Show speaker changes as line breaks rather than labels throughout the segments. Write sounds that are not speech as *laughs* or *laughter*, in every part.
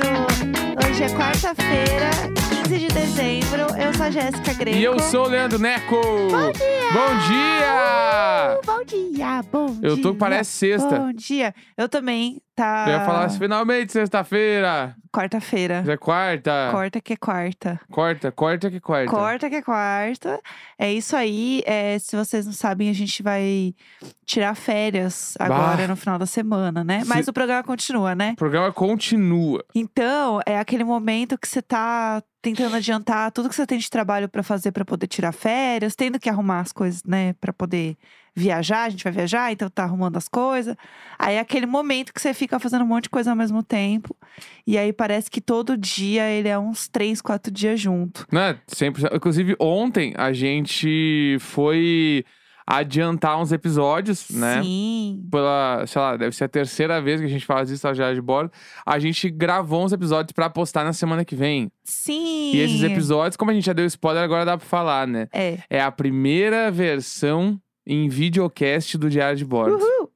um é quarta-feira, 15 de dezembro. Eu sou a Jéssica Greco.
E eu sou o Leandro Neco.
Bom dia!
Bom dia!
Uh, bom dia, bom dia.
Eu tô que parece sexta.
Bom dia. Eu também, tá?
Eu ia falar assim, finalmente sexta-feira.
Quarta-feira.
Já é quarta.
Corta que é quarta.
Corta, corta que corta.
Corta que é quarta. É isso aí. É, se vocês não sabem, a gente vai tirar férias agora no final da semana, né? Mas
Se-
o programa continua, né?
O programa continua.
Então, é aquele momento que você tá tentando adiantar tudo que você tem de trabalho pra fazer pra poder tirar férias, tendo que arrumar as coisas, né, Pra poder viajar, a gente vai viajar, então tá arrumando as coisas. Aí é aquele momento que você fica fazendo um monte de coisa ao mesmo tempo, e aí parece que todo dia ele é uns três, quatro dias junto.
Né? 100%. Inclusive, ontem a gente foi adiantar uns episódios, né?
Sim.
Pela, sei lá, deve ser a terceira vez que a gente faz isso, a Diário de Bordo. A gente gravou uns episódios pra postar na semana que vem.
Sim.
E esses episódios, como a gente já deu spoiler, agora dá pra falar, né?
É.
É a primeira versão em videocast do Diário de Bordo.
Uhul!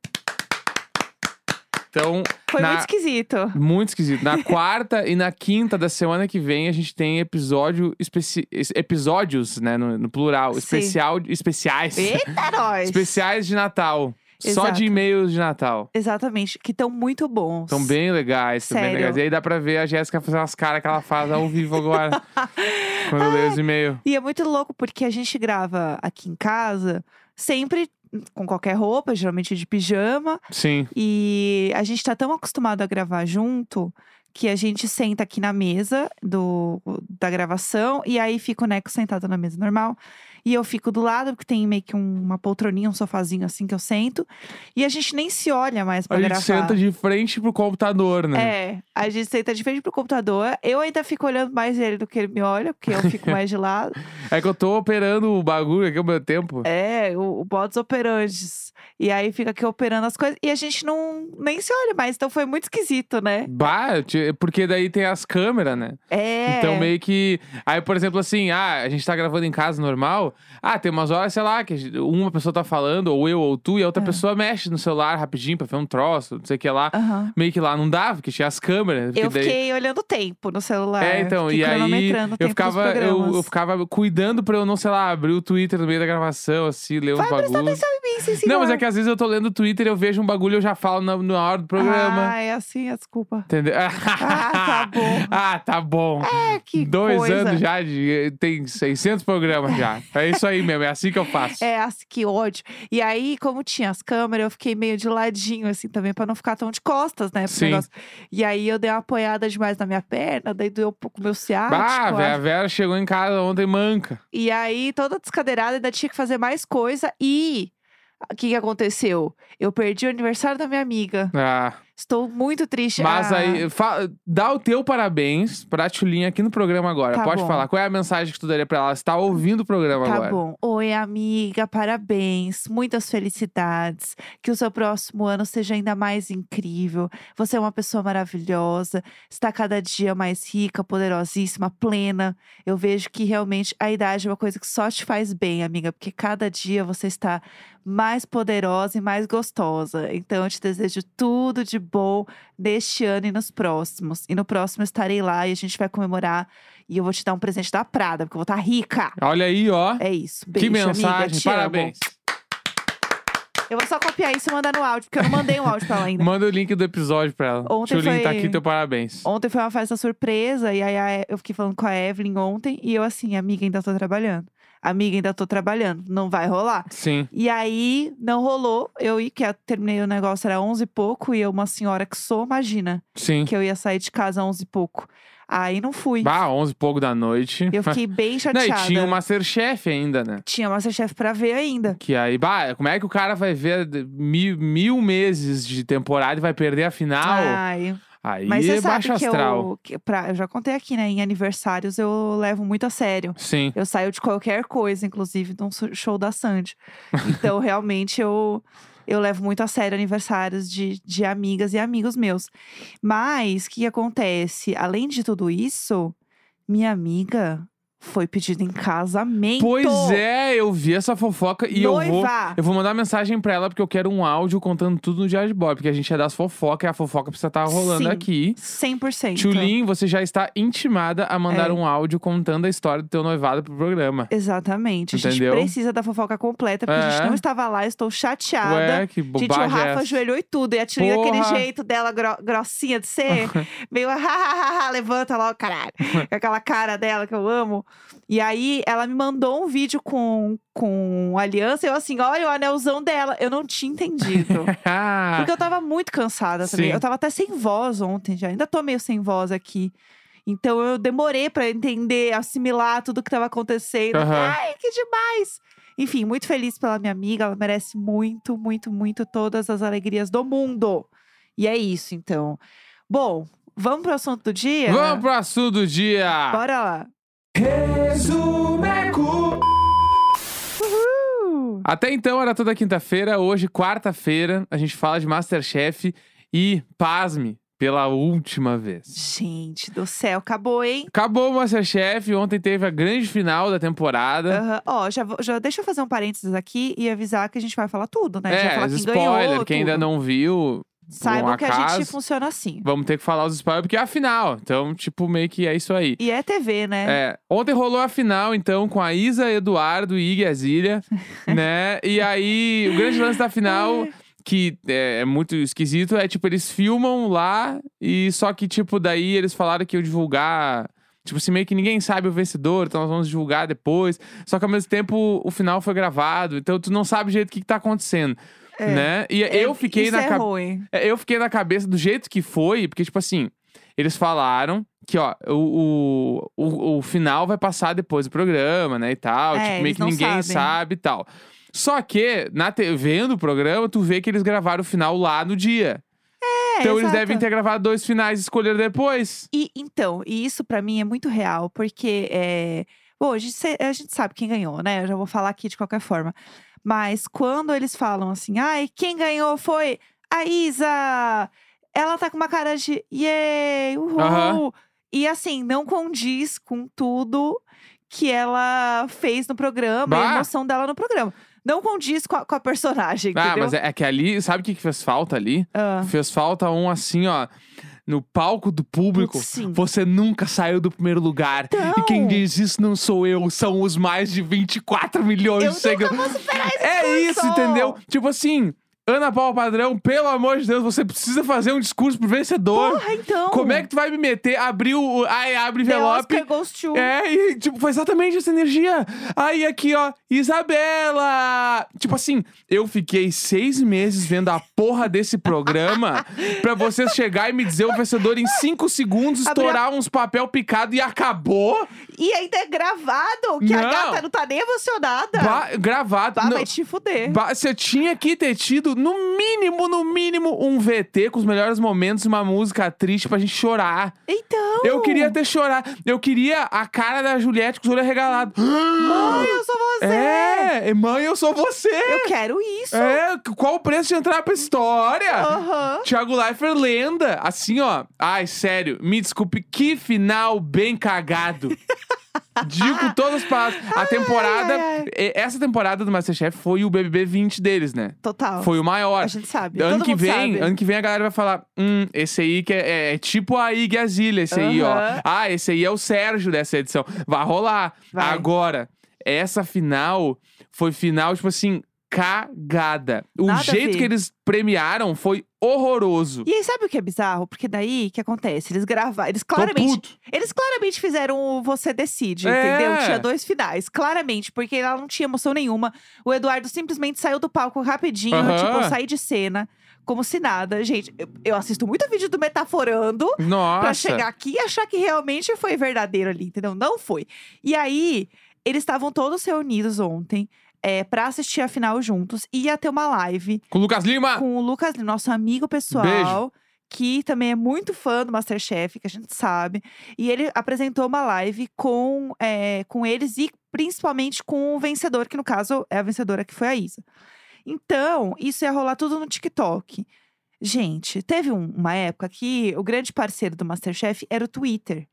Então,
Foi
Na-
muito esquisito.
muito
*laughs*
esquisito. Na quarta e na quinta da semana que vem, a gente tem episódio especi... es- episódios, né, no, no plural,
Sim.
especial
*laughs*
especiais.
Eita, nós!
especiais de Natal. Só
Exato.
de e-mails de Natal.
Exatamente, que estão muito bons.
Estão bem legais, tão bem
Sério.
legais. E aí dá pra ver a Jéssica fazer umas caras que ela faz ao vivo agora.
*laughs*
quando lê os e-mails.
E é muito louco porque a gente grava aqui em casa, sempre com qualquer roupa, geralmente de pijama,
Sim.
e a gente tá tão acostumado a gravar junto que a gente senta aqui na mesa do, da gravação e aí fica o Neco sentado na mesa normal. E eu fico do lado, porque tem meio que um- uma poltroninha, um sofazinho assim que eu sento. E a gente nem se olha mais pra
A gente
gravar.
senta de frente pro computador, né?
É, a gente senta de frente pro computador. Eu ainda fico olhando mais ele do que ele me olha, porque eu fico mais
*laughs*
de lado.
É que eu tô operando o bagulho aqui ao meu tempo.
É, o, o modus operandes. E aí fica aqui operando as coisas. E a gente não nem se olha mais. Então foi muito esquisito, né?
Bah, eu te- porque daí tem as câmeras, né?
É.
Então meio que. Aí, por exemplo, assim, ah, a gente tá gravando em casa normal. Ah, tem umas horas, sei lá, que a gente- uma pessoa tá falando, ou eu ou tu, e a
É.
outra pessoa mexe no celular rapidinho pra ver um troço, não sei o que lá.
Aham.
Meio que lá não dava, porque tinha as câmeras.
Eu
porque daí...
fiquei olhando o tempo no celular.
É, então,
fiquei
e aí
cronometrando o
eu
tempo
ficava,
dos programas.
eu, eu ficava cuidando pra eu não, sei lá, abrir o Twitter no meio da gravação, assim, ler uns
Vai prestar
bagulhos.
atenção em mim, sim,
Não, mas é
senhor.
que às vezes eu tô lendo o Twitter, eu vejo um bagulho e eu já falo na, na hora do programa.
Ah, é assim, é, desculpa.
Entendeu?
Ah, tá bom.
*laughs* Ah, tá bom.
É, que
Dois
coisa.
anos já, de, tem 600 programas já. É isso aí mesmo, é assim que eu faço.
É, assim, que ódio. E aí, como tinha as câmeras, eu fiquei meio de ladinho, assim, também, pra não ficar tão de costas, né? pro
Sim.
negócio. E aí, eu dei uma apoiada demais na minha perna, daí doeu um pouco o meu ciático.
Bah,
acho.
véi, Ah, a Vera chegou em casa ontem manca.
E aí, toda descadeirada, ainda tinha que fazer mais coisa. E o que, que aconteceu? Eu perdi o aniversário da minha amiga.
Ah,
Estou muito triste.
mas
Ah,
aí, fa- dá o teu parabéns pra Tulinha aqui no programa agora.
Tá
Pode
bom.
falar, qual é a mensagem que tu daria pra ela? Você tá ouvindo o programa
Tá
agora.
bom. Oi, amiga, parabéns. Muitas felicidades. Que o seu próximo ano seja ainda mais incrível. Você é uma pessoa maravilhosa. Está cada dia mais rica, poderosíssima, plena. Eu vejo que realmente a idade é uma coisa que só te faz bem, amiga, porque cada dia você está mais poderosa e mais gostosa. Então eu te desejo tudo de bom neste ano e nos próximos. E no próximo eu estarei lá e a gente vai comemorar. E eu vou te dar um presente da Prada, porque eu vou estar rica.
Olha aí, ó.
É isso.
que
Beijo,
mensagem,
amiga, te amo.
parabéns.
Eu vou só copiar isso e mandar no áudio, porque eu não mandei um áudio pra ela
*laughs*
ainda.
Manda o link do episódio pra ela.
Ontem
Tulinha tá
foi-
aqui, teu parabéns.
Ontem foi uma festa surpresa, e aí a E- eu fiquei falando com a Evelyn ontem, e eu assim, amiga, ainda tô trabalhando. Amiga, ainda tô trabalhando, não vai rolar.
Sim.
E aí, não rolou. Eu ia, que eu terminei o negócio, era 11 e pouco, e eu, uma senhora que sou, imagina,
Sim.
que eu ia sair de casa 11 e pouco. Aí não fui.
Bah, 11 e pouco da noite.
Eu fiquei bem
*laughs* Não,
chateada. Tá.
e tinha o Masterchef ainda, né?
Tinha Masterchef pra ver ainda.
Que aí, bah, como é que o cara vai ver de- mil, mil meses de temporada e vai perder a final?
Ai,
aí
Ah, Mas
é
você sabe
baixo
que
astral.
eu, que pra- eu já contei aqui, né? Em aniversários eu levo muito a sério.
Sim.
Eu saio de qualquer coisa, inclusive de um su- show da Sandy.
*laughs*
Então, realmente, eu, eu levo muito a sério aniversários de, de amigas e amigos meus. Mas, o que acontece? Além de tudo isso, minha amiga foi pedido em casamento.
Pois é, eu vi essa fofoca e eu vou,
Noiva!
eu vou mandar mensagem pra ela porque eu quero um áudio contando tudo no Diário de Bob, porque a gente é das fofocas e a fofoca precisa estar rolando
Sim.
aqui.
100%.
Tchulin, você já está intimada a mandar
É.
um áudio contando a história do teu noivado pro programa.
Exatamente. A gente
Entendeu?
precisa da fofoca completa, porque a gente
É.
não estava lá, estou chateada.
Ué, que
Gente, o
bobagem é
Rafa
essa? *laughs*
ajoelhou e tudo. E a Tilly, daquele
Porra!
jeito dela, gro- grossinha de
*laughs*
ser, meio "Ah, ah, ah, ah, levanta logo, caralho. Com aquela cara dela que eu amo. E aí, ela me mandou um vídeo com, com aliança. E eu assim, olha o anelzão dela. Eu não tinha entendido. Porque eu tava muito cansada também.
Ah. Sim.
Eu tava até sem voz ontem já. Ainda tô meio sem voz aqui. Então eu demorei pra entender, assimilar tudo que tava acontecendo.
Aham.
Ai, que demais! Enfim, muito feliz pela minha amiga. Ela merece muito, muito, muito todas as alegrias do mundo. E é isso, então. Bom, vamos pro assunto do dia?
Vamos pro assunto do dia!
né? Bora lá.
Resumeco!
Uh,
Até então era toda quinta-feira, hoje, quarta-feira, a gente fala de Masterchef e, pasme, pela última vez.
Gente do céu, acabou, hein?
Acabou o Masterchef, ontem teve a grande final da temporada.
Aham. Ó, já, vou- já deixa eu fazer um parênteses aqui e avisar que a gente vai falar tudo, né? A gente vai
é,
falar
os
quem
spoiler,
ganhou,
quem ainda
tudo.
não viu,
Saibam
um
que a gente
acaso.
funciona assim.
vamos ter que falar os spoilers, porque é a final. Então, tipo, meio que é isso aí.
E é TV, né?
É, ontem rolou a final, então, com a Isa, Eduardo e Iggy
*laughs*
Azalea, né? E aí, o grande lance da final, que é, é muito esquisito, é tipo, eles filmam lá e só que, tipo, daí eles falaram que eu divulgar... Tipo, assim, meio que ninguém sabe o vencedor, então nós vamos divulgar depois. Só que ao mesmo tempo, o final foi gravado, então tu não sabe direito o que, que tá acontecendo,
É.
né? E eu fiquei
isso
na
é
cabeça...
ruim.
É, Eu fiquei na cabeça do jeito que foi, porque, tipo assim, eles falaram que, ó, o, o, o, o final vai passar depois do programa, né, e tal.
É,
tipo,
eles
meio que
não sabem.
ninguém sabe e tal. Só que, na te- vendo o programa, tu vê que eles gravaram o final lá no dia.
É,
então eles
exato.
devem ter gravado dois finais e escolher depois.
E então, e isso pra mim é muito real, porque é... Bom, a gente, se- a gente sabe quem ganhou, né? Eu já vou falar aqui de qualquer forma. Mas quando eles falam assim, ai, quem ganhou foi a Isa! Ela tá com uma cara de yay, uhul!
Aham.
E assim, não condiz com tudo que ela fez no programa, e a
Bah!
emoção dela no programa. Não condiz com a, com a personagem,
Ah,
entendeu?
mas é, é que ali, sabe o que, que fez falta ali?
Ah.
Fez falta um assim, ó, no palco do público.
Putz, sim.
Você nunca saiu do primeiro lugar. E
Então.
quem diz isso não sou eu, são os mais de 24 milhões
Eu
de
nunca
seguidores.
vou superar esse
um É isso,
discurso!
entendeu? Tipo assim, Ana Paula Padrão, pelo amor de Deus, você precisa fazer um discurso pro vencedor.
Porra, então.
Como é que tu vai me meter? Abriu, o- ai, abre o
The
envelope.
Oscar goes to-
É, e tipo, foi exatamente essa energia. Aí aqui, ó, Isabela! Tipo assim, eu fiquei seis meses vendo a porra
*laughs*
desse programa pra você chegar e me dizer o vencedor em cinco segundos,
Abre a-
estourar uns papel picado e acabou.
E ainda é gravado, que a
Não.
gata não tá nem emocionada.
Ba- gravado.
Bah,
Não,
vai te fuder.
Ba- Você tinha que ter tido, no mínimo, no mínimo, um VT com os melhores momentos e uma música triste pra gente chorar.
Então.
Eu queria ter chorar. Eu queria a cara da Juliette com os olhos arregalados.
Mãe, eu sou você.
É, é, mãe, eu sou você.
Eu quero isso.
É, qual o preço de entrar pra história?
Aham.
Thiago Leifert lenda. Assim, ó. Ai, sério, me desculpe, que final
*laughs*
bem cagado. Digo com todas as palavras. A temporada.
ai, ai.
e- Essa temporada do Masterchef foi o BBB 20 deles, né?
Total.
Foi o maior.
A gente sabe.
Ano
Todo
que,
mundo
vem,
sabe.
ano que vem a galera vai falar: hum, esse aí que é, é- é tipo a Iggy Azalea, esse aí,
Aham.
ó. Ah, esse aí é o Sérgio dessa edição. Vai rolar.
Vai.
Agora, essa final foi final, tipo assim, cagada. O
Nada a
jeito
ver.
que eles premiaram foi horroroso.
E aí, sabe o que é bizarro? Porque daí, o que acontece? Eles gravaram. Eles
Tô
claramente.
puto.
Eles claramente fizeram o Você Decide,
É.
entendeu? Tinha dois finais, claramente, porque ela não tinha emoção nenhuma. O Eduardo simplesmente saiu do palco rapidinho,
Aham.
tipo, eu saí de cena, como se nada. Gente, eu, eu assisto muito vídeo do Metaforando
Nossa.
pra chegar aqui e achar que realmente foi verdadeiro ali, entendeu? Não foi. E aí, eles estavam todos reunidos ontem. É, pra assistir a final juntos, e ia ter uma live
Com o Lucas Lima.
com o Lucas, Lima, nosso amigo pessoal.
Beijo.
Que também é muito fã do Masterchef, que a gente sabe. E ele apresentou uma live com, é, com eles e principalmente com o vencedor, que no caso é a vencedora que foi a Isa. Então, isso ia rolar tudo no TikTok. Gente, teve um- uma época que o grande parceiro do Masterchef era o Twitter.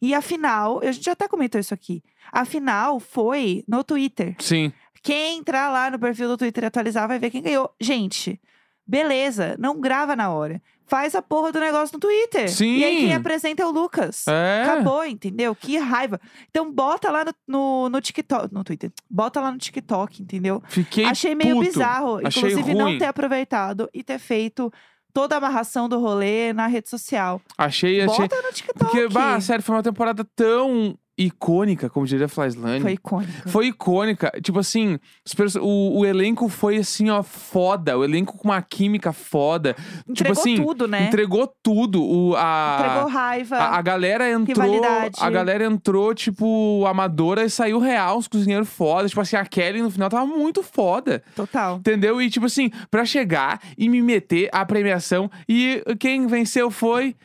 E afinal, a gente até comentou isso aqui. Afinal, foi no Twitter.
Sim.
Quem entrar lá no perfil do Twitter e atualizar vai ver quem ganhou. Gente, beleza, não grava na hora. Faz a porra do negócio no Twitter. E aí
Sim.
quem apresenta é o Lucas.
É.
Acabou, entendeu? Que raiva. Então bota lá no, no, no TikTok. No Twitter. Bota lá no TikTok, entendeu?
Fiquei
Achei meio
puto.
bizarro.
Achei
inclusive,
ruim.
não ter aproveitado e ter feito toda a amarração do rolê na rede social.
Achei, achei.
Bota no TikTok.
Porque, bah, assim, sério, foi uma temporada tão icônica, como diria Flyslane.
Foi icônico.
Foi icônica. Tipo assim, os perso- o, o elenco foi assim, ó, foda. O elenco com uma química foda. tipo
entregou
assim,
tudo, né?
entregou tudo. O, a,
Entregou raiva.
a, a galera entrou.
rivalidade.
A galera entrou, tipo, amadora e saiu real, os cozinheiros foda. Tipo assim, a Kelly no final tava muito foda.
Total.
Entendeu? E tipo assim, pra chegar e me meter à premiação. E quem venceu foi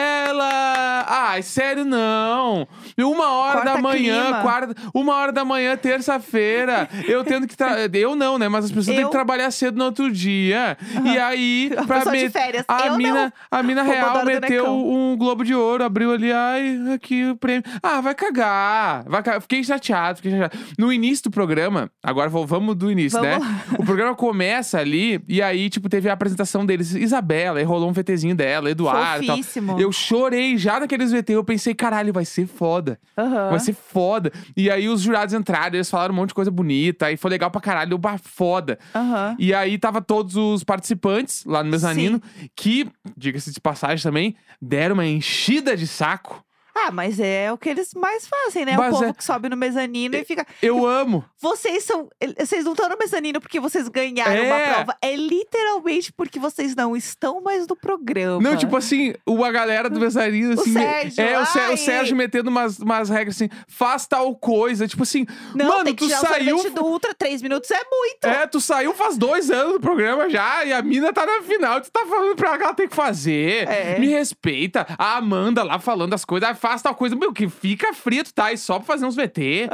Isabela! Ai, sério, não! Uma hora
Corta
da manhã,
clima.
quarta, uma hora da manhã, terça-feira. eu tendo que. Tra... Eu não, né? Mas as pessoas têm
Eu?
que trabalhar cedo no outro dia. E aí,
*laughs* A
pra
pessoa de
me-
férias.
a
Eu
mina, a mina real
Pomodoro do
meteu
Necão.
um Globo de Ouro, abriu ali, ai, aqui o prêmio. Ah, vai cagar. Vai cagar. Fiquei chateado, fiquei chateado. No início do programa, agora vou- vamos do início,
Vamos
né? O programa começa ali, e aí, tipo, teve a apresentação deles, Isabela, aí rolou um VTzinho dela,
não.
Eduardo e tal.
Fofíssimo.
Eu chorei já naqueles VT, eu pensei, caralho, vai ser foda.
Aham.
Vai ser foda. E aí os jurados entraram, eles falaram um monte de coisa bonita, e foi legal pra caralho, bah, foda.
Aham.
E aí tava todos os participantes lá no mezanino, que, diga-se de passagem também, deram uma enchida de saco.
Ah, mas é o que eles mais fazem, né? o
Mas
povo
é-
que sobe no mezanino e fica.
Eu amo.
Vocês são. Vocês não estão no mezanino porque vocês ganharam
É.
uma prova. É literalmente porque vocês não estão mais no programa.
Não, tipo assim, o- a galera do mezanino,
O
assim...
Sérgio,
é, o, Sé- o
ai.
Sérgio metendo umas, umas regras assim, faz tal coisa. Tipo assim,
Não,
mano,
tem que
tu
tirar
saiu...
o sorvete do Ultra, três minutos é muito.
É, tu saiu faz dois anos do programa já e a mina tá na final. Tu tá falando pra ela que ela tem que fazer.
É.
Me respeita. A Amanda lá falando as coisas, ah, faz tal coisa. Meu, que fica frito, tá? E só pra fazer uns VT.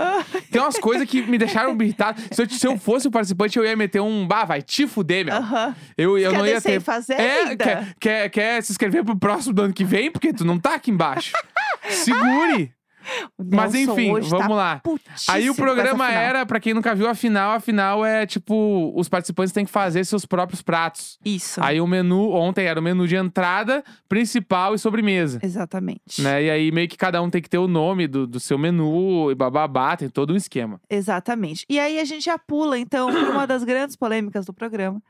Tem umas coisas que me deixaram
*laughs*
irritado. Se eu, se eu fosse o participante, eu ia meter um. Bah, vai te fuder, meu.
Aham.
Eu, eu
Cadê
não ia
sem
ter.
fazer
É,
ainda?
quer, quer, quer se inscrever pro próximo do ano que vem? Porque tu não tá aqui embaixo.
*laughs*
Segure.
O
Mas
Nelson
enfim,
hoje
vamos
tá
lá.
putíssimo
Aí o
com essa
programa
final.
era, pra quem nunca viu a final, a final é tipo, os participantes têm que fazer seus próprios pratos.
Isso.
Aí o menu, ontem era o menu de entrada, principal e sobremesa.
Exatamente.
Né? E aí meio que cada um tem que ter o nome do, do seu menu e bababá, tem todo um esquema.
Exatamente. E aí a gente já pula, então, pra uma das grandes polêmicas do programa,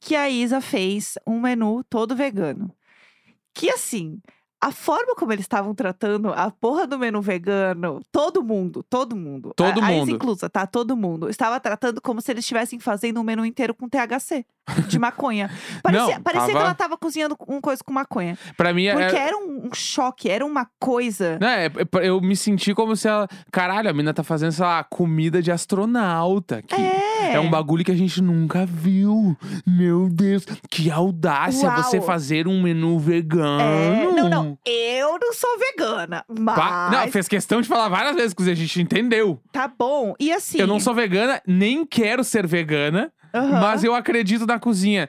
que a Isa fez um menu todo vegano. Que assim, a forma como eles estavam tratando a porra do menu vegano, todo mundo, todo mundo.
Todo
a, A
mundo.
Isa inclusa, tá? Todo mundo. Estava tratando como se eles estivessem fazendo um menu inteiro com THC, de
*laughs*
maconha. Parecia,
Não,
parecia
tava-
que ela tava cozinhando um coisa com maconha.
Pra mim é.
Porque era um um choque, era uma coisa.
Né, é- eu me senti como se ela. Caralho, a mina tá fazendo, sei lá, comida de astronauta aqui.
É.
É um bagulho que a gente nunca viu. Meu Deus, que audácia
Uau.
você fazer um menu vegano.
É, Não, não, Ah, eu não sou vegana, mas
Pá, Não, fez questão de falar várias vezes, que a gente entendeu.
tá bom. E assim.
Eu não sou vegana, nem quero ser vegana,
aham,
mas eu acredito na cozinha.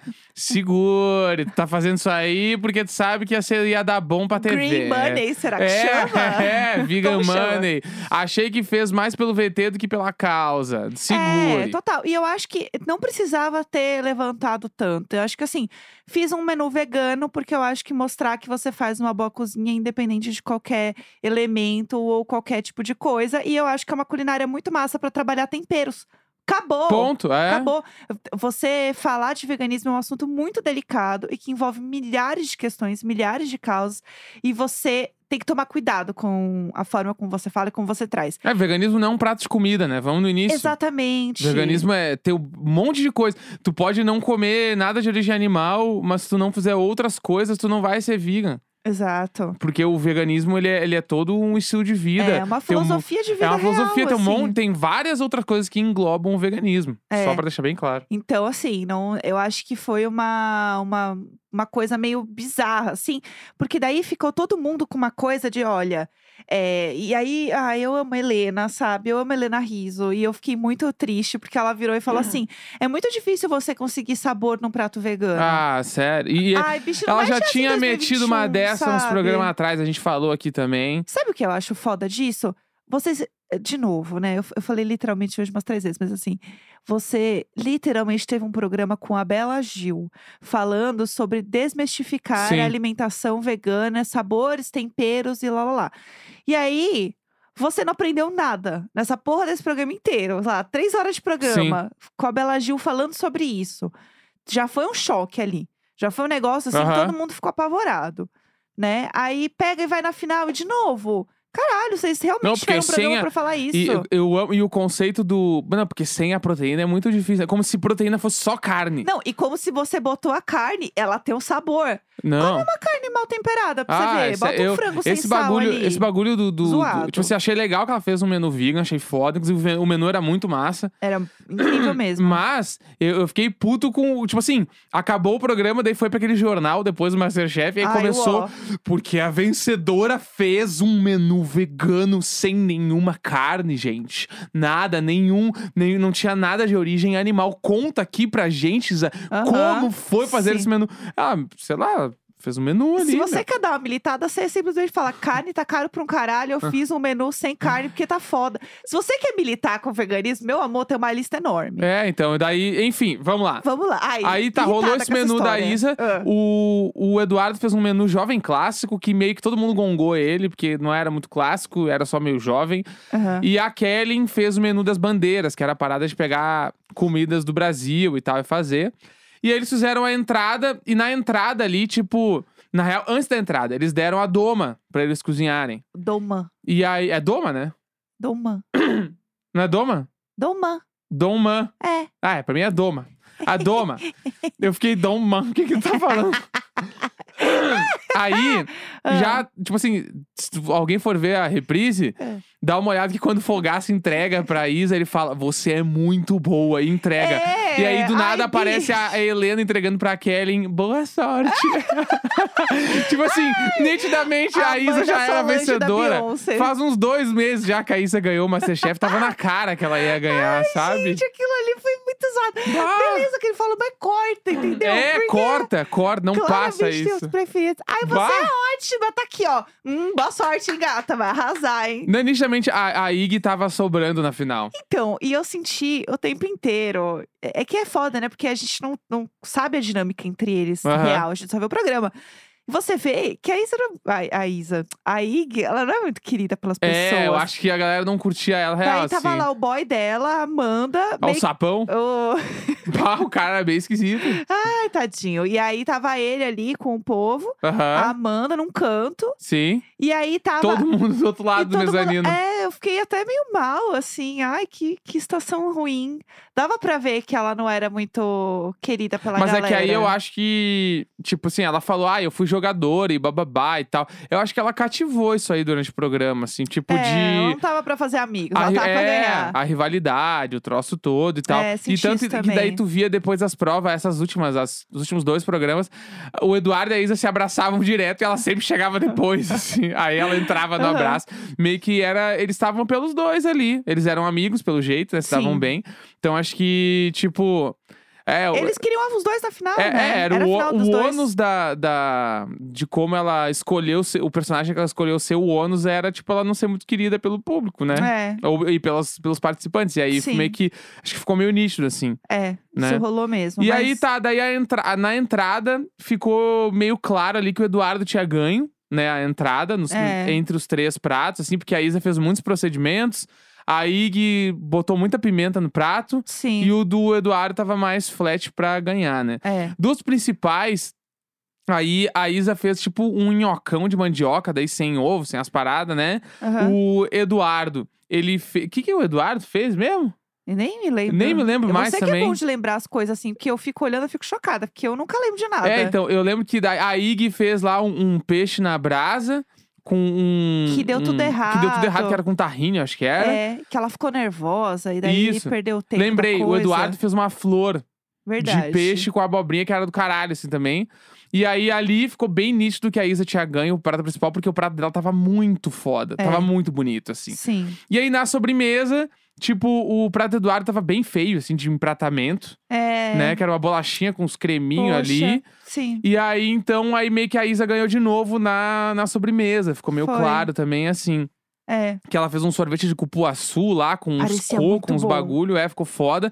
Segure, tu tá fazendo isso aí porque tu sabe que ia, ser- ia dar bom pra TV.
Green Money, será Tá que
É,
chama? *laughs*
*laughs* é, vegan
Como chama?
money. Achei que fez mais pelo VT do que pela causa.
É,
Segure.
total. E eu acho que não precisava ter levantado tanto. Eu acho que assim, fiz um menu vegano porque eu acho que mostrar que você faz uma boa cozinha independente de qualquer elemento ou qualquer tipo de coisa. E eu acho que é uma culinária muito massa pra trabalhar temperos. Acabou.
Ponto, é.
Acabou. Você falar de veganismo é um assunto muito delicado e que envolve milhares de questões, milhares de causas. E você tem que tomar cuidado com a forma como você fala e como você traz.
É, veganismo não é um prato de comida, né? Vamos no início.
Exatamente.
Veganismo é ter um monte de coisa. Tu pode não comer nada de origem animal, mas se tu não fizer outras coisas, tu não vai ser vegan.
Exato.
Porque o veganismo, ele é, ele é todo um estilo de vida.
É uma
Tem um-
filosofia de vida.
é uma filosofia,
real,
tem, um
assim.
monte, tem várias outras coisas que englobam o veganismo.
É.
Só pra deixar bem claro.
Então, assim, não, eu acho que foi uma, uma, uma coisa meio bizarra, assim. Porque daí ficou todo mundo com uma coisa de, olha. é, e aí, ah, eu amo a Helena, sabe? Eu amo a Helena Riso. E eu fiquei muito triste porque ela virou e falou assim: é muito difícil você conseguir sabor num prato vegano.
Ah, sério. E
Ai, bicho, não
ela
mexe
já
assim em
tinha metido uma
2021,
dessa uns
sabe?
programas atrás, a gente falou aqui também.
Sabe o que eu acho foda disso? Vocês, de novo, né? Eu, eu falei literalmente hoje umas três vezes, mas assim, você literalmente teve um programa com a Bela Gil falando sobre desmistificar
Sim.
a alimentação vegana, sabores, temperos e lá lá lá. E aí. Você não aprendeu nada nessa porra desse programa inteiro, lá, três horas de programa, com a Bela Gil falando sobre isso. Já foi um choque ali. Já foi um negócio assim, que
Aham.
todo mundo ficou apavorado né? Aí pega e vai na final e de novo. Caralho, vocês
Não,
realmente tiveram
porque
um
sem
programa
a-
pra falar isso.
E, eu, eu amo- e o conceito do. Não, porque sem a proteína é muito difícil. É como se proteína fosse só carne.
Não, e como se você botou a carne, ela tem um sabor.
Não.
Carne mal temperada, pra
Ah,
você ver.
esse-
Bota
eu-
um frango sem
esse bagulho,
sal ali.
esse bagulho do, do- do-
Zoado.
tipo assim, achei legal que ela fez um menu vegan, achei foda, inclusive o menu era muito massa,
Era
*clears throat*
incrível mesmo.
mas eu, eu fiquei puto com, tipo assim, acabou o programa, daí foi pra aquele jornal depois do MasterChef e aí
Ai,
começou
uó.
porque a vencedora fez um menu vegano sem nenhuma carne, gente. Nada, nenhum, nenhum não tinha nada de origem animal. Conta aqui pra gente, Isa,
Aham,
como foi fazer
sim.
esse menu? Ah, sei lá, fez um menu ali.
Se você
né?
quer dar uma militada, você simplesmente fala: carne tá caro pra um caralho,
Ah.
eu fiz um menu sem carne porque tá foda. Se você quer militar com o veganismo, meu amor, tem uma lista enorme.
É, então, e daí, enfim, vamos lá.
Vamos lá. Ai,
Aí tá,
irritada
rolou
com
esse
essa
menu da
história.
Isa.
Ah.
O, o Eduardo fez um menu jovem clássico, que meio que todo mundo gongou ele, porque não era muito clássico, era só meio jovem.
Aham.
E a Kellen fez o menu das bandeiras, que era a parada de pegar comidas do Brasil e tal e fazer. E aí eles fizeram a entrada, e na entrada ali, tipo, na real, antes da entrada, eles deram a doma pra eles cozinharem.
Doma.
E aí, é doma, né?
Doma.
Não é doma?
Doma.
Doma.
É.
Ah, é, pra mim é doma. A doma. eu fiquei doma, o que que tu tá falando?
*laughs*
Aí,
Ah.
já, tipo assim, se tu- alguém for ver a reprise,
É.
dá uma olhada que quando o Fogaça entrega pra Isa, ele fala: Você é muito boa, e entrega.
É,
E aí, do nada,
ai, *laughs*
aparece a a Helena entregando pra Kellen, boa sorte. *laughs* tipo assim, nitidamente a,
A
Isa
Amanda
já era
Solange da
vencedora.
Beyoncé.
Faz uns dois meses já que a Isa ganhou o Masterchef, tava na cara que ela ia ganhar, sabe?
Gente, aquilo ali foi muito zoado.
Ah.
Beleza, que ele falou, mas corta, entendeu?
É,
Porque
corta, corta, não
claramente
passa
tem
isso.
os preferidos. Ai, você
Bah.
é ótima, tá aqui, ó. Hum, boa sorte, hein, gata, vai arrasar, hein.
Não, nitidamente, a, a Ig tava sobrando na final.
Então, e eu senti o tempo inteiro. É é que é foda, né? Porque a gente não, não sabe a dinâmica entre eles
Aham.
real, a gente só vê o programa. E Você vê que a Isa, não- a, a Isa, a Ig, ela não é muito querida pelas pessoas.
É, eu acho que a galera não curtia ela real,
Daí tava
assim.
lá o boy dela, a Amanda,
Ó, o
meio
sapão.
*laughs* o-
Pá, o cara é bem esquisito.
Ai, tadinho. E aí tava ele ali com o povo, a
Aham.
Amanda num canto,
Sim.
e aí Ah, tava.
Todo mundo do outro
e
lado do
todo mundo-
mezanino.
É, eu fiquei até meio mal, assim. Ai, que, que estação ruim. Dava pra ver que ela não era muito querida pela
Mas
galera.
é que aí eu acho que, tipo assim, ela falou, ah, eu fui jogadora e bababá e tal. Eu acho que ela cativou isso aí durante o programa, assim, tipo
É, ela
de.
não tava pra fazer amigos,
A,
ela
ri-
tava pra
é,
ganhar.
a rivalidade, o troço todo e tal.
É,
e
senti
tanto
isso
que daí
também.
tu via depois das provas, essas últimas, as- os últimos dois programas, o Eduardo e a Isa se abraçavam direto e ela sempre
*laughs*
chegava depois, assim. Aí ela entrava no
Aham.
abraço. Meio que era. Eles estavam pelos dois ali. Eles eram amigos, pelo jeito, né? Estavam
Sim.
bem. Então acho que, tipo. É, o-
Eles queriam os dois na final,
é,
né?
é, era,
a
o,
final
o
dos dois.
ônus da, da- de como ela escolheu ser, o personagem que ela escolheu ser o ônus era, tipo, ela não ser muito querida pelo público, né?
É,
Ou, e pelas, pelos participantes. E aí
Sim.
meio que. Acho que ficou meio nítido, assim.
é.
Né?
Isso rolou mesmo.
E
mas-
aí tá, daí a entra- na entrada ficou meio claro ali que o Eduardo tinha ganho, né? A entrada nos-
É.
entre os três pratos, assim, porque a Isa fez muitos procedimentos. A Ig botou muita pimenta no prato.
Sim.
E o do Eduardo tava mais flat pra ganhar, né?
É.
Dos principais, aí a Isa fez tipo um nhocão de mandioca, daí sem ovo, sem as paradas, né?
aham.
O Eduardo, ele fez. O que, que o Eduardo fez mesmo?
Eu Nem me lembro.
Nem me lembro
Então, Eu-
mais
Você que é
também.
bom de lembrar as coisas assim, porque eu fico olhando e fico chocada, porque eu nunca lembro de nada.
É, então, eu lembro que da- a Ig fez lá um, um peixe na brasa com um.
Que deu
um-
tudo
Que deu tudo errado,
errado.
que era com tarrinha, acho que era.
É, que ela ficou nervosa e daí
Isso.
perdeu o tempo. da
Lembrei, o
coisa.
Eduardo fez uma flor
Verdade.
de peixe com abobrinha, que era do caralho, assim também. E aí ali ficou bem nítido que a Isa tinha ganho o prato principal, porque o prato dela tava muito foda.
É.
Tava muito bonito, assim.
Sim.
E aí na sobremesa, tipo, o prato do Eduardo tava bem feio, assim, de empratamento,
É.
né? Que era uma bolachinha com uns creminhos
poxa,
ali.
Sim.
E aí, então, aí meio que a Isa ganhou de novo na, na sobremesa. Ficou meio
Foi.
claro também, assim.
É.
Que ela fez um sorvete de cupuaçu lá, com uns
Parecia
cocos,
muito
uns
bom.
bagulho, é, ficou foda.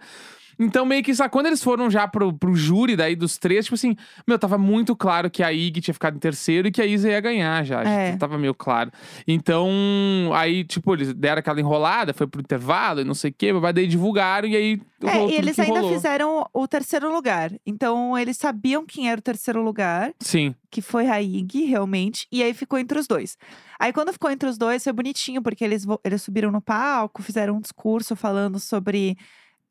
Então, meio que isso, quando eles foram já pro, pro júri daí dos três, tipo assim, meu, tava muito claro que a Ig tinha ficado em terceiro e que a Isa ia ganhar já.
É.
já Tava meio claro. Então, aí, tipo, eles deram aquela enrolada, foi pro intervalo e não sei o quê, mas daí divulgaram e aí. rolou
É, e
tudo
eles
que
ainda
rolou.
fizeram o terceiro lugar. Então, eles sabiam quem era o terceiro lugar.
Sim.
que foi a Ig, realmente, e aí ficou entre os dois. Aí quando ficou entre os dois, foi bonitinho, porque eles, vo- eles subiram no palco, fizeram um discurso falando sobre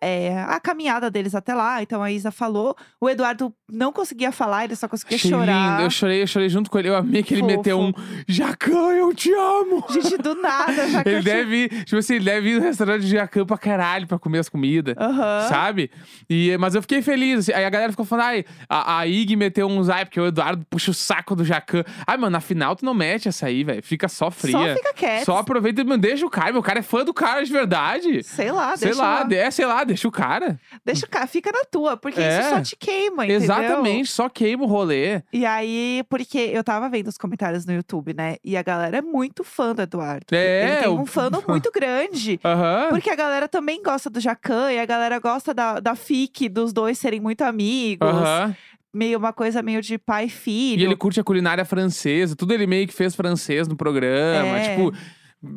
é, a caminhada deles até lá. Então a Isa falou, o Eduardo não conseguia falar, ele só conseguia
Achei
chorar.
lindo. Eu chorei, eu chorei junto com ele. Eu amei que ele
Fofo.
meteu um Jacan, eu te amo!
*laughs* Gente, do nada, já que
Ele
eu tinha-
deve, ir- tipo assim, ele deve ir no restaurante de Jacan pra caralho pra comer as comidas.
Aham.
Sabe? E, mas eu fiquei feliz. assim. Aí a galera ficou falando, ai, a, a Ig meteu uns ai, porque o Eduardo puxa o saco do Jacan. Ai, mano, na final tu não mete essa aí, velho. Fica só
Só
fria.
fica quieto.
Só aproveita e mano, deixa o cara. Meu cara é fã do cara de verdade.
Sei lá,
sei
deixa
lá,
lá.
de- é, sei lá, deixa o cara.
Deixa o cara, fica na tua, porque
É.
isso só te queima, entendeu?
Exatamente, só queima o rolê.
E aí, porque eu tava vendo os comentários no YouTube, né? E a galera é muito fã do Eduardo.
É,
Ele tem
o-
um
*laughs*
fã muito grande.
Aham.
Porque a galera também gosta do Jacan e a galera gosta da, da FIC, dos dois serem muito amigos.
Aham.
Meio uma coisa meio de pai e filho.
E ele curte a culinária francesa, tudo ele meio que fez francês no programa,
É.
tipo.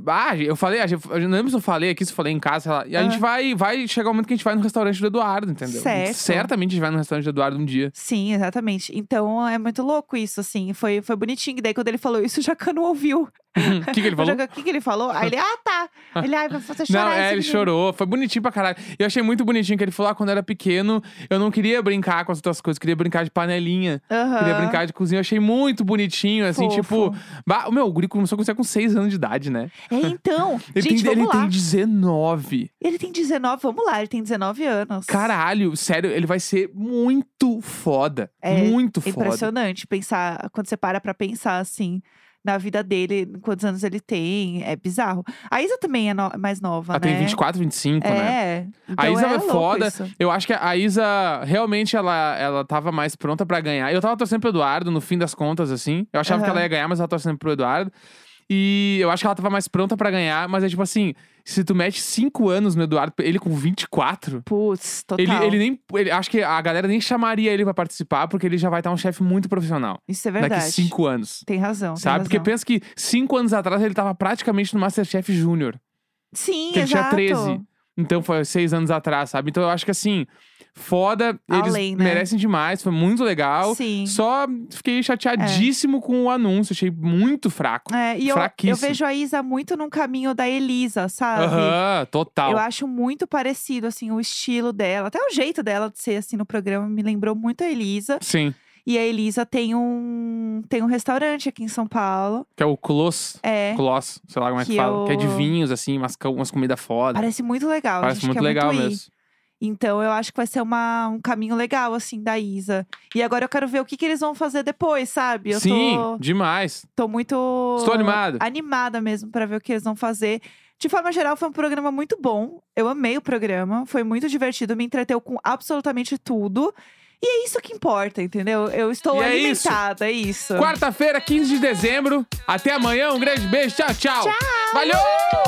Ah, eu falei, a gente- eu não lembro se eu falei aqui, se eu falei em casa, sei lá. E a
Ah.
gente vai, vai chegar o momento que a gente vai no restaurante do Eduardo, entendeu?
Certo.
Certamente a gente vai no restaurante do Eduardo
*coughs*
um dia.
Sim, exatamente. Então é muito louco isso, assim. Foi, foi bonitinho. E daí quando ele falou isso, o Jacan não ouviu.
O que, que ele
O
falou?
Jacan, o que, que ele falou? Aí ele, ah, tá. Ele, ai, vai fazer chorar
Não,
esse
é, ele
menino."
chorou. Foi bonitinho pra caralho. Eu achei muito bonitinho que ele falou: ah, quando eu era pequeno, eu não queria brincar com as outras coisas, eu queria brincar de panelinha.
Aham.
Queria brincar de cozinha, eu achei muito bonitinho, assim,
Fofo.
tipo. bah, meu, o guri começou a cozinhar com 6 anos de idade, né?
É, então,
*laughs* Ele,
gente,
tem,
vamos
ele
lá.
tem 19.
Ele tem 19, vamos lá, ele tem 19 anos.
Caralho, sério, ele vai ser muito foda.
É
muito
É
foda.
impressionante pensar, quando você para pra pensar assim, na vida dele, quantos anos ele tem, é bizarro. A Isa também é no- mais nova,
Ela
né?
Ah, tem 24, 25, né?
É. Então
Isa é
louco
foda.
isso.
Eu acho que a Isa, realmente, ela, ela tava mais pronta pra ganhar. Eu tava torcendo pro Eduardo, no fim das contas, assim. Eu achava que
Aham.
ela ia ganhar, mas ela tava torcendo pro Eduardo. E eu acho que ela tava mais pronta pra ganhar, mas é tipo assim: se tu mete 5 anos no Eduardo, ele com 24.
Putz, total.
Ele, ele nem. Ele, acho que a galera nem chamaria ele pra participar, porque ele já vai estar um chefe muito profissional.
Isso é verdade.
Daqui 5 anos.
Tem razão. tem
Sabe? Porque
razão.
pensa que cinco anos atrás ele tava praticamente no Masterchef Júnior.
Sim,
que ele tinha
exato.
13. Então foi seis anos atrás, sabe? Então eu acho que assim, foda, eles
Além, né?
merecem demais, foi muito legal.
Sim.
Só fiquei chateadíssimo com o anúncio, achei muito fraco.
É, e eu, eu
Fraquíssimo.
vejo a Isa muito num caminho da Elisa, sabe?
Aham, total.
Ah, Eu acho muito parecido, assim, o estilo dela. Até o jeito dela de ser, assim, no programa me lembrou muito a Elisa.
Sim,
E a Elisa tem um, tem um restaurante aqui em São Paulo.
que é o Clos,
É.
Clos, sei lá como é que,
Que
fala. Que é de
eu-
vinhos, assim, umas, co- umas comidas foda.
Parece muito legal.
Parece
a gente
muito
quer
legal
muito ir.
mesmo.
Então eu acho que vai ser uma, um caminho legal, assim, da Isa. E agora eu quero ver o que, que eles vão fazer depois, sabe? Eu
Sim,
tô,
demais.
tô muito.
Estou animado.
Animada mesmo pra ver o que eles vão fazer. De forma geral, foi um programa muito bom. Eu amei o programa, foi muito divertido, me entreteu com absolutamente tudo. E é isso que importa, entendeu? Eu estou
E é isso.
alimentada, é isso.
Quarta-feira, 15 de dezembro. Até amanhã, um grande beijo. Tchau, tchau. Valeu!